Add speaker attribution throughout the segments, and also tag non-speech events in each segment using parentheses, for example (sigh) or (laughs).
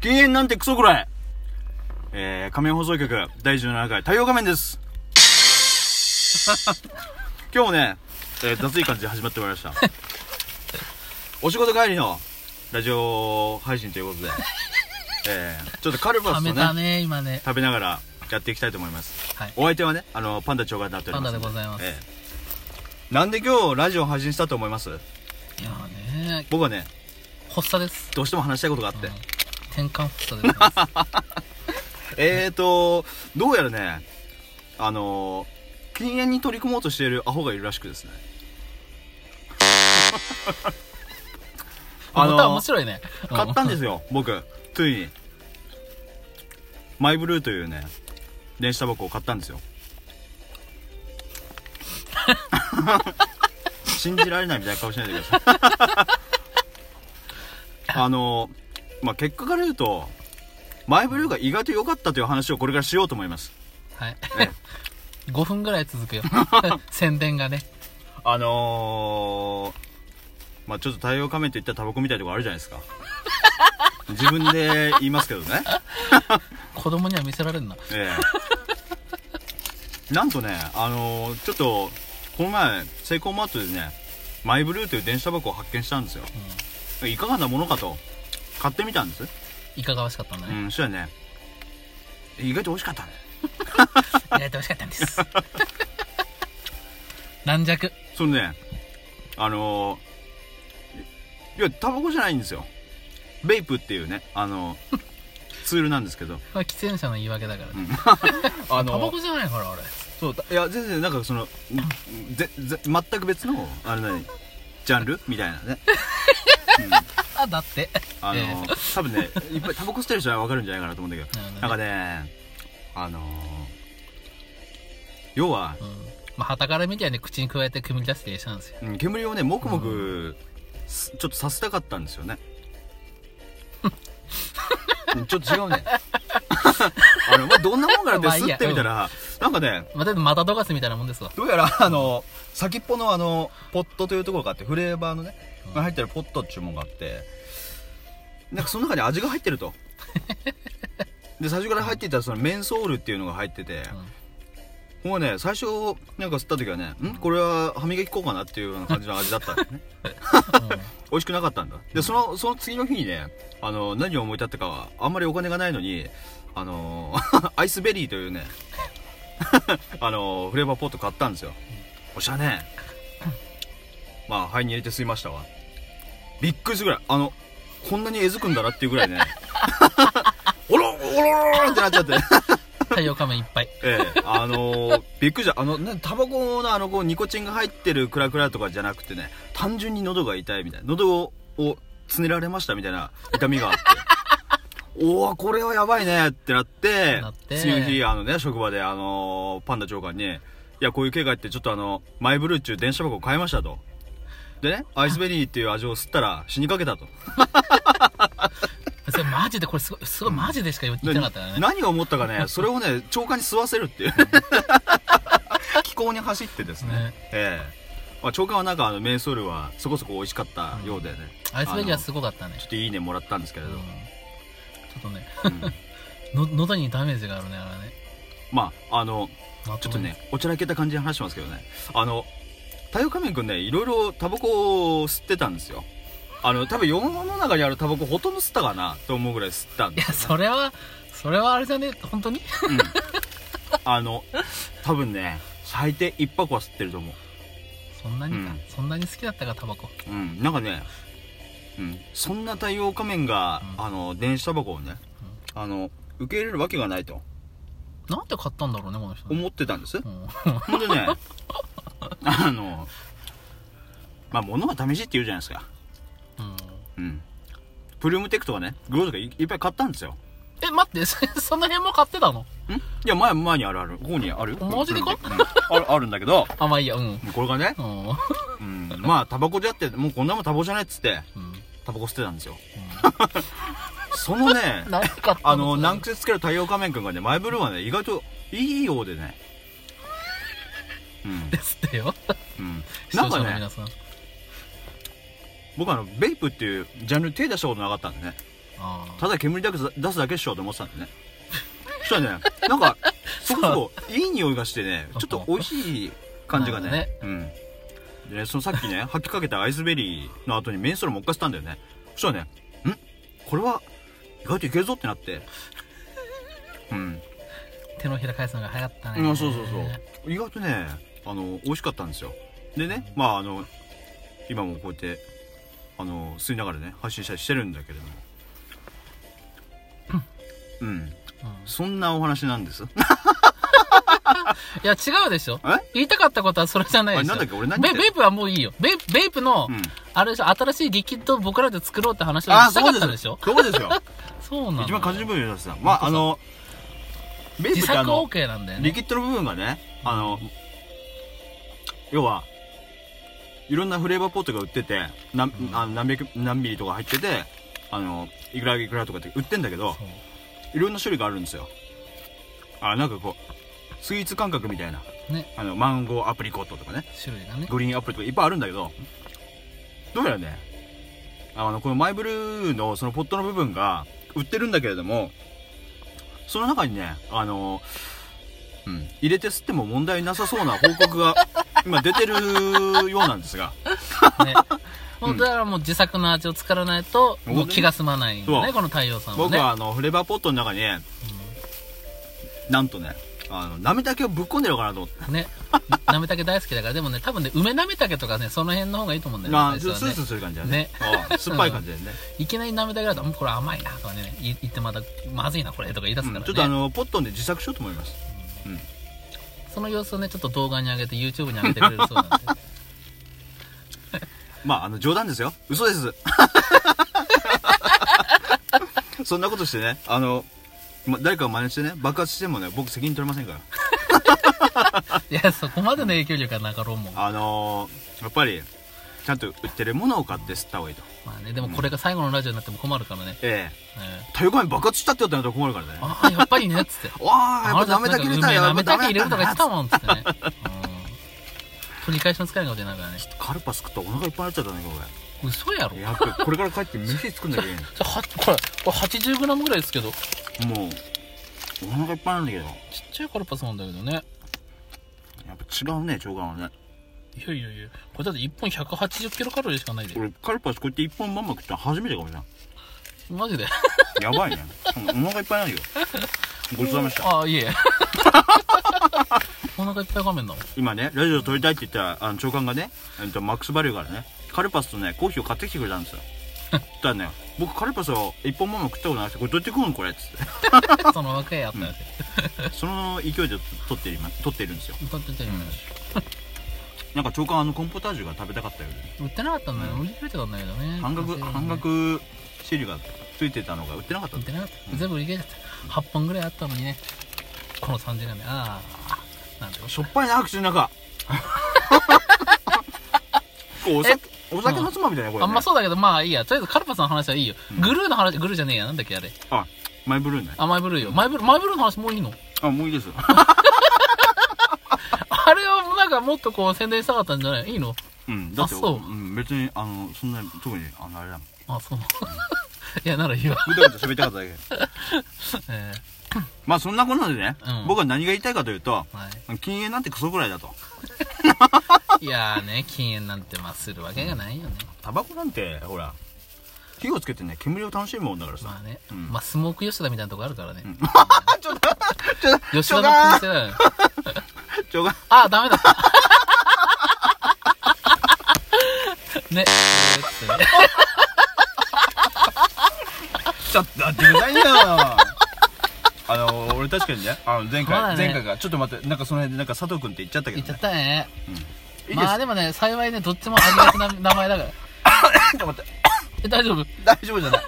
Speaker 1: 禁煙なんてクソくらいえー、仮面放送局第17回太陽仮面です (laughs) 今日もね、えー雑い感じで始まってまいりましたお仕事帰りのラジオ配信という
Speaker 2: (laughs)
Speaker 1: ことで、えー、ちょっとカルバ
Speaker 2: た
Speaker 1: ス
Speaker 2: め
Speaker 1: と
Speaker 2: た
Speaker 1: ね
Speaker 2: ね、今ね。
Speaker 1: 食べながらやっていきたいと思います、
Speaker 2: はい
Speaker 1: お相手はねあのパンダ長官になっております
Speaker 2: パンダでございます
Speaker 1: ええなんで今日ラジオ配信したと思います
Speaker 2: いやーね、
Speaker 1: 僕はね
Speaker 2: 発作です。
Speaker 1: どうしても話したいことがあって、
Speaker 2: うん転換発作
Speaker 1: (laughs)
Speaker 2: でございます。
Speaker 1: えーとどうやらねあのー禁煙に取り組もうとしているアホがいるらしくですね
Speaker 2: また面
Speaker 1: ー
Speaker 2: 白いね。。
Speaker 1: 買ったんですすよ僕ついにマイブルーというね電子タバコを買ったんですよ信じられないみたいな顔しないでくださいあのまあ結果から言うとマイブルーが意外と良かったという話をこれからしようと思います
Speaker 2: はい。 (laughs)
Speaker 1: え
Speaker 2: 5分ぐらい続
Speaker 1: (laughs)
Speaker 2: くよ。宣伝がね。
Speaker 1: あのー、まあちょっと太陽仮面といったらタバコみたいなとこあるじゃないですか自分で言いますけどね
Speaker 2: 子供には見せられるな。
Speaker 1: ええ (laughs) なんとねあのーちょっとこの前セイコーマートでねマイブルーという電子タバコを発見したんですよ、いかがなものかと買ってみたんです
Speaker 2: いかがわしかったんだ
Speaker 1: う
Speaker 2: ね。
Speaker 1: んそしたらね意外と美味しかったね
Speaker 2: やれてほしかったんです。 (laughs) 軟弱。
Speaker 1: そのねあのーいいやタバコじゃないんですよベイプっていうねあ (laughs) のツールなんですけど
Speaker 2: まあ、喫煙者の言い訳だからね。
Speaker 1: あ
Speaker 2: タバコじゃないから、あれ。
Speaker 1: そうたいや全然なんかそのぜぜ全く別のあれ何ジャンルみたいなね
Speaker 2: あ、だって。
Speaker 1: あの、
Speaker 2: ええ
Speaker 1: 多分ねいっぱいタバコ吸ってる人は分かるんじゃないかなと思うんだけど
Speaker 2: なるほどね
Speaker 1: なんかねあの要は
Speaker 2: う、ん。まあ、はたからみたいに口に加えて組み出してやしたんですよ。
Speaker 1: うん煙をねもくもくすちょっとさせたかったんですよ
Speaker 2: (laughs)
Speaker 1: ねうんちょっと違うね (laughs) あの、まあ、どんなもんかなって
Speaker 2: まあいい
Speaker 1: 吸
Speaker 2: や
Speaker 1: ってみたら、なんかね
Speaker 2: まあ、だってまたどかすみたいなもんですわ。
Speaker 1: どうやらあの先っぽのあのポットというところがあってフレーバーのね、
Speaker 2: うん
Speaker 1: が入ってるポットっていうものがあってなんかその中に味が入ってる
Speaker 2: (laughs)
Speaker 1: とで最初から入っていたそのメンソールっていうのが入ってて、もうね最初なんか吸った時はねんこれは歯磨き効果なっていうような感じの味だったんだよね
Speaker 2: う
Speaker 1: (laughs) 美味しくなかったんだでそのその次の日にねあの何を思い立ったかはあんまりお金がないのにあのアイスベリー (laughs) というねあのフレーバーポット買ったんですよおしゃねまあ肺に入れて吸いましたわびっくりするぐらいあのこんなにえずくんだなっていうぐらいね (laughs) おろおろろろってなっちゃって
Speaker 2: ん。太陽仮面いっぱい。
Speaker 1: ええ、あのー、びっくりした。あの、なタバコのあの、こう、ニコチンが入ってるクラクラとかじゃなくてね、単純に喉が痛いみたいな。喉を、をつねられましたみたいな痛みがあ
Speaker 2: (laughs)
Speaker 1: って。おおこれはやばいねってなって、
Speaker 2: なって
Speaker 1: 次の日、あのね、職場で、あのーパンダ長官に、いや、こういう経過って、ちょっとあの、マイブルーチュー電子タバコ買いましたと。でね、アイスベリーっていう味を吸ったら死にかけたと。
Speaker 2: それマジで、これすごい、すごいマジでしか言ってなかったからね。
Speaker 1: 何を思ったか
Speaker 2: (laughs)
Speaker 1: ね、それをね、長官に吸わせるっていう。気候に走ってですね。
Speaker 2: ね
Speaker 1: ええまあ、長官はなんかあの、メンソールはそこそこ美味しかったようでね。
Speaker 2: アイスベリーはすごかったね
Speaker 1: ちょ。っといいねもらったんですけれど。
Speaker 2: うんちょっとね、 (laughs)
Speaker 1: うん
Speaker 2: の、喉にダメージがあるね、あれね。
Speaker 1: まあ、あの、
Speaker 2: ま
Speaker 1: ち
Speaker 2: と
Speaker 1: ょっ
Speaker 2: も
Speaker 1: と
Speaker 2: に
Speaker 1: ね。、おちゃらけた感じで話してますけどね。あの、太陽仮面くんね、いろいろタバコを吸ってたんですよ。あの、多分世の中にあるタバコほとんど吸ったかなと思うぐらい吸ったん
Speaker 2: い
Speaker 1: で
Speaker 2: や、
Speaker 1: すよ
Speaker 2: それは、それはあれじゃね本当に
Speaker 1: うんあの、多分ね、最低一箱は吸ってると思う。
Speaker 2: そんなにか
Speaker 1: うん。
Speaker 2: そんなに好きだったか、タバコ。
Speaker 1: うん、なんかね、うん、そんな太陽仮面が、
Speaker 2: うん
Speaker 1: あの電子タバコをね、あの受け入れるわけがないと
Speaker 2: なんて買ったんだろうね、この人ね。
Speaker 1: 思ってたんです、
Speaker 2: うん
Speaker 1: ほんでねあのまあ物は試しって言うじゃないですか
Speaker 2: うん
Speaker 1: うんプルームテックとかねグローズとかいいっぱい買ったんですよ
Speaker 2: え、待って、そその辺も買ってたの
Speaker 1: んいや前前にあるあるここにあるよ
Speaker 2: マジでか
Speaker 1: プルームテッ (laughs) クうんあるあるんだけど
Speaker 2: あ、まあいいや、うん。うん。
Speaker 1: これがね、
Speaker 2: うん
Speaker 1: うん、まあタバコであってもうこんなもんタバコじゃないっつって
Speaker 2: うん
Speaker 1: タバコ吸ってたんですよそのね
Speaker 2: 何買った
Speaker 1: あの、難癖つける太陽仮面くんがね、マイブルーはね、意外といいようでね。う
Speaker 2: ですってよ。
Speaker 1: ん。うん。なんか
Speaker 2: 視聴者の
Speaker 1: ね
Speaker 2: 皆、さん。
Speaker 1: 僕あの、ベイプっていうジャンルに手出したことなかったんでね。
Speaker 2: ああ
Speaker 1: ただ煙だけ出すだけっしょと思ってたんだよねそしたらねなんかそこそこいい匂いがしてねちょっと美味しい感じがね
Speaker 2: なる
Speaker 1: うんでねそのさっきね吐きかけたアイスベリーの後にメンソールもう一回吸ったんだよねそしたらねんこれは意外といけるぞってなってうん
Speaker 2: ー手のひら返すのが流行ったね、
Speaker 1: うん、そうそうそう意外とねあの美味しかったんですよでねまああの今もこうやってあの吸いながらね配信したりしてるんだけれどもうん
Speaker 2: うん
Speaker 1: そんなお話なんです
Speaker 2: いや違うでしょ
Speaker 1: え
Speaker 2: 言いたかったことはそれじゃないでしょ
Speaker 1: あれなんだっけ俺何言って
Speaker 2: ベ
Speaker 1: る
Speaker 2: ベープはもういいよベベープの、
Speaker 1: うん
Speaker 2: あれでしょ新しいリキッドを僕らで作ろうって話を
Speaker 1: あ
Speaker 2: し
Speaker 1: そ
Speaker 2: たか
Speaker 1: う
Speaker 2: っ
Speaker 1: で
Speaker 2: たでし
Speaker 1: す
Speaker 2: ょ
Speaker 1: よそうですよ
Speaker 2: そうなの
Speaker 1: 一番肝心部分だしたまああのベープ
Speaker 2: 自
Speaker 1: ってあ
Speaker 2: 作
Speaker 1: の
Speaker 2: OK なんだよ
Speaker 1: リ
Speaker 2: ね
Speaker 1: キッドの部分がねあの要はいろんなフレーバーポットが売ってて何,、あの何百何ミリとか入っててあのいくらいくらとかって売ってんだけど
Speaker 2: そう
Speaker 1: いろんな種類があるんですよあなんかこうスイーツ感覚みたいな
Speaker 2: ね
Speaker 1: あのマンゴーアプリコットとかね
Speaker 2: 種類が
Speaker 1: (laughs)
Speaker 2: ね
Speaker 1: グリーンアプリとかいっぱいあるんだけどどうやらねあのこのマイブルーのそのポットの部分が売ってるんだけれどもその中にねあの、うん、入れて吸っても問題なさそうな報告が今出てるようなんですが
Speaker 2: ね本当だからもう自作の味を作らないと
Speaker 1: うん
Speaker 2: もう気が済まないんだ
Speaker 1: そ
Speaker 2: ね
Speaker 1: う
Speaker 2: この太陽さんは
Speaker 1: 僕
Speaker 2: ね
Speaker 1: はあのフレーバーポットの中になんとねあのなめたけをぶっ込んでるのかなと思って。
Speaker 2: ねなめたけ大好きだからでもね多分ね梅なめたけとかねその辺の方がいいと思うんだよ
Speaker 1: あ
Speaker 2: ね
Speaker 1: ス
Speaker 2: 最
Speaker 1: ースーす
Speaker 2: 初はね
Speaker 1: る感じだね
Speaker 2: ね
Speaker 1: ああ酸っぱい感じだよね、
Speaker 2: いきなりなめたけだとうんこれ甘いなとかねい言ってまたまずいなこれとか言い出すから
Speaker 1: うん
Speaker 2: ね
Speaker 1: ちょっとあのポットンで自作しようと思います
Speaker 2: その様子をねちょっと動画に上げて YouTube に上げてくれるそうなんで
Speaker 1: (laughs) まああの冗談ですよ嘘です (laughs) そんなことしてねあの、ま、誰かを真似してね爆発してもね僕責任取れませんから
Speaker 2: いやそこまでの影響力はなかろうもん
Speaker 1: あのーやっぱりちゃんと売ってるものを買って吸った方がいいと
Speaker 2: まあねでもこれが最後のラジオになっても困るからね、
Speaker 1: ええ
Speaker 2: ええ
Speaker 1: 太陽画面爆発したって言ったら困るからね
Speaker 2: ああやっぱりねっつっ
Speaker 1: (laughs)
Speaker 2: て
Speaker 1: わあやっぱダメだけ入れたらや
Speaker 2: な
Speaker 1: っ
Speaker 2: め
Speaker 1: ぱ
Speaker 2: た
Speaker 1: ダ
Speaker 2: け
Speaker 1: メ
Speaker 2: 入れ
Speaker 1: だっ
Speaker 2: ると
Speaker 1: た
Speaker 2: か
Speaker 1: ん
Speaker 2: 言
Speaker 1: だ
Speaker 2: ってたもんっつって
Speaker 1: (laughs)
Speaker 2: ね。うん取り返しのつかないかもしれないからね。
Speaker 1: カルパス食ったらお腹いっぱいになっちゃったねこ
Speaker 2: 嘘やろ
Speaker 1: れやっぱりこれから帰って飯作んなきゃいけない
Speaker 2: じゃあはこれ、これ 80g ぐらいですけど、ちっ
Speaker 1: もうお腹いっぱいなんだけど
Speaker 2: ちゃいカルパスなんだけどね。
Speaker 1: やっぱ違うね腸がんはね
Speaker 2: いやいやいや、これだって1本 180kcal カロリーしかないで。
Speaker 1: 俺カルパスこうやって一本まんま食ったの初めてかもしれない
Speaker 2: マジで。
Speaker 1: やばいね。うんお腹いっぱいになるよ。ごちそうさまでした。
Speaker 2: ああ、いえ。 (laughs) お腹いっぱい画面だもん。
Speaker 1: 今ね、ラジオ撮りたいって言ったあの長官がね、えっと、マックスバリューからね、カルパスとね、コーヒーを買ってきてくれたんですよ。だからね、僕カルパスを一本まんま食ったことなくて、これどうやって食うのこれっつっ
Speaker 2: その若いやったや
Speaker 1: て。その勢いで撮ってる、今、撮ってるんですよ。
Speaker 2: つ。歌ってたよね。
Speaker 1: なんか長官あのコーンポタージュが食べたかったようで、
Speaker 2: 売ってなかったんだよね。売り切れてたんだけどね。
Speaker 1: 半額、
Speaker 2: そうだね
Speaker 1: 半。額シールがついてたのが売ってなかった
Speaker 2: 売
Speaker 1: ん
Speaker 2: っ
Speaker 1: だ
Speaker 2: てなかった。全部売り切れちゃった。8本ぐらいあったのにね。この3時間で、ああ、なんてこと
Speaker 1: しょっぱいな、口の中。こう (laughs) お酒、お酒のつまみだね、これ、ね。
Speaker 2: あんまそうだけど、まあいいや。とりあえずカルパスの話はいいよ。
Speaker 1: うん
Speaker 2: グルーの話、グルーじゃねえや。なんだっけあれ。
Speaker 1: あ、マイブルーね。
Speaker 2: あ、マイブルーよ。マイブルー、マイブルーの話もういいの
Speaker 1: あ、もういいです。 (laughs)
Speaker 2: あれをなんかもっとこう宣伝したかったんじゃないいいの
Speaker 1: うん、だって、
Speaker 2: あそうん
Speaker 1: 別にあのそんな特にあのあれだもん
Speaker 2: あ、そう。 (laughs) いや、ならいいわ。
Speaker 1: ぐだぐだ喋りたかっただけ
Speaker 2: え
Speaker 1: (laughs) まあそんなことでね、
Speaker 2: うん
Speaker 1: 僕は何が言いたいかというと
Speaker 2: ーは
Speaker 1: 禁煙なんてクソぐらいだと
Speaker 2: い。いやーね、禁煙なんてまあするわけがないよね。
Speaker 1: タバコなんてほら火をつけてね煙を楽しむもんだからさ、
Speaker 2: まあね。
Speaker 1: うん
Speaker 2: まあスモーク吉田みたいなとこあるからね。
Speaker 1: (laughs) ちょっとちょっと
Speaker 2: 吉田の燻製だよね。
Speaker 1: (laughs) ちょが
Speaker 2: あ、ダメだ (laughs) った。ね。えーってね
Speaker 1: ちょっと待ってくださいよ (laughs) あの俺確かにねあの前
Speaker 2: ま
Speaker 1: 回、
Speaker 2: だね
Speaker 1: 前回がちょっと待ってなんかその辺でなんか佐藤君って言っちゃったけ
Speaker 2: 言っ
Speaker 1: ど、
Speaker 2: ちゃ
Speaker 1: ね、
Speaker 2: ったね。
Speaker 1: いいです、
Speaker 2: まあでもね、幸いね、どっちもありがちな名前だか
Speaker 1: (laughs)
Speaker 2: ら。
Speaker 1: ちょっと待って
Speaker 2: え、大丈夫
Speaker 1: 大丈夫じゃない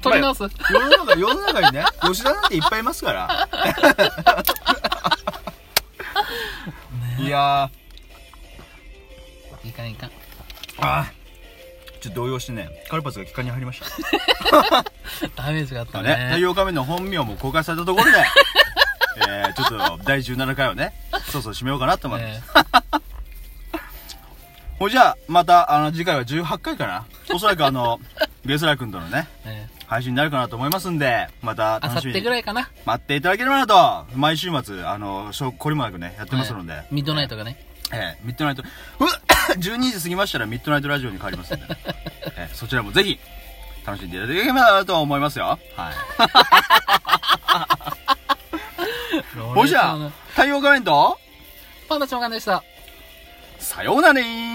Speaker 2: 取り直す。
Speaker 1: 世の中世の中にね吉田なんていっぱいいますから
Speaker 2: (laughs)
Speaker 1: いや
Speaker 2: いかんいかん。
Speaker 1: ーあーちょっと動揺してねカルパスが気管に入りました
Speaker 2: ダメージがあった
Speaker 1: ね太
Speaker 2: ね。
Speaker 1: 陽仮面の本名も公開されたところで
Speaker 2: (laughs)
Speaker 1: えー、ちょっと第17回をねそうそう締めようかなと思って、
Speaker 2: ね
Speaker 1: もうじゃあ、また、あの、次回は18回かな。おそらくあの、 (laughs) ゲスラー君とのね、
Speaker 2: え
Speaker 1: 配信になるかなと思いますんで、また
Speaker 2: ー、あさ
Speaker 1: 楽
Speaker 2: っ
Speaker 1: しみ
Speaker 2: て
Speaker 1: に
Speaker 2: ぐらいかな。
Speaker 1: 待っていただければなと、毎週末、あの、しょこりもなくね、やってますので、
Speaker 2: はいミッドナイトがね。
Speaker 1: えーミッドナイト、うっ (coughs) 12時過ぎましたらミッドナイトラジオに変わりますんで、ねえーそちらもぜひ、楽しんでいただければなと思いますよ。はい。ほいじゃあ、太陽仮面と、
Speaker 2: パンダ長官でした。
Speaker 1: さようならねー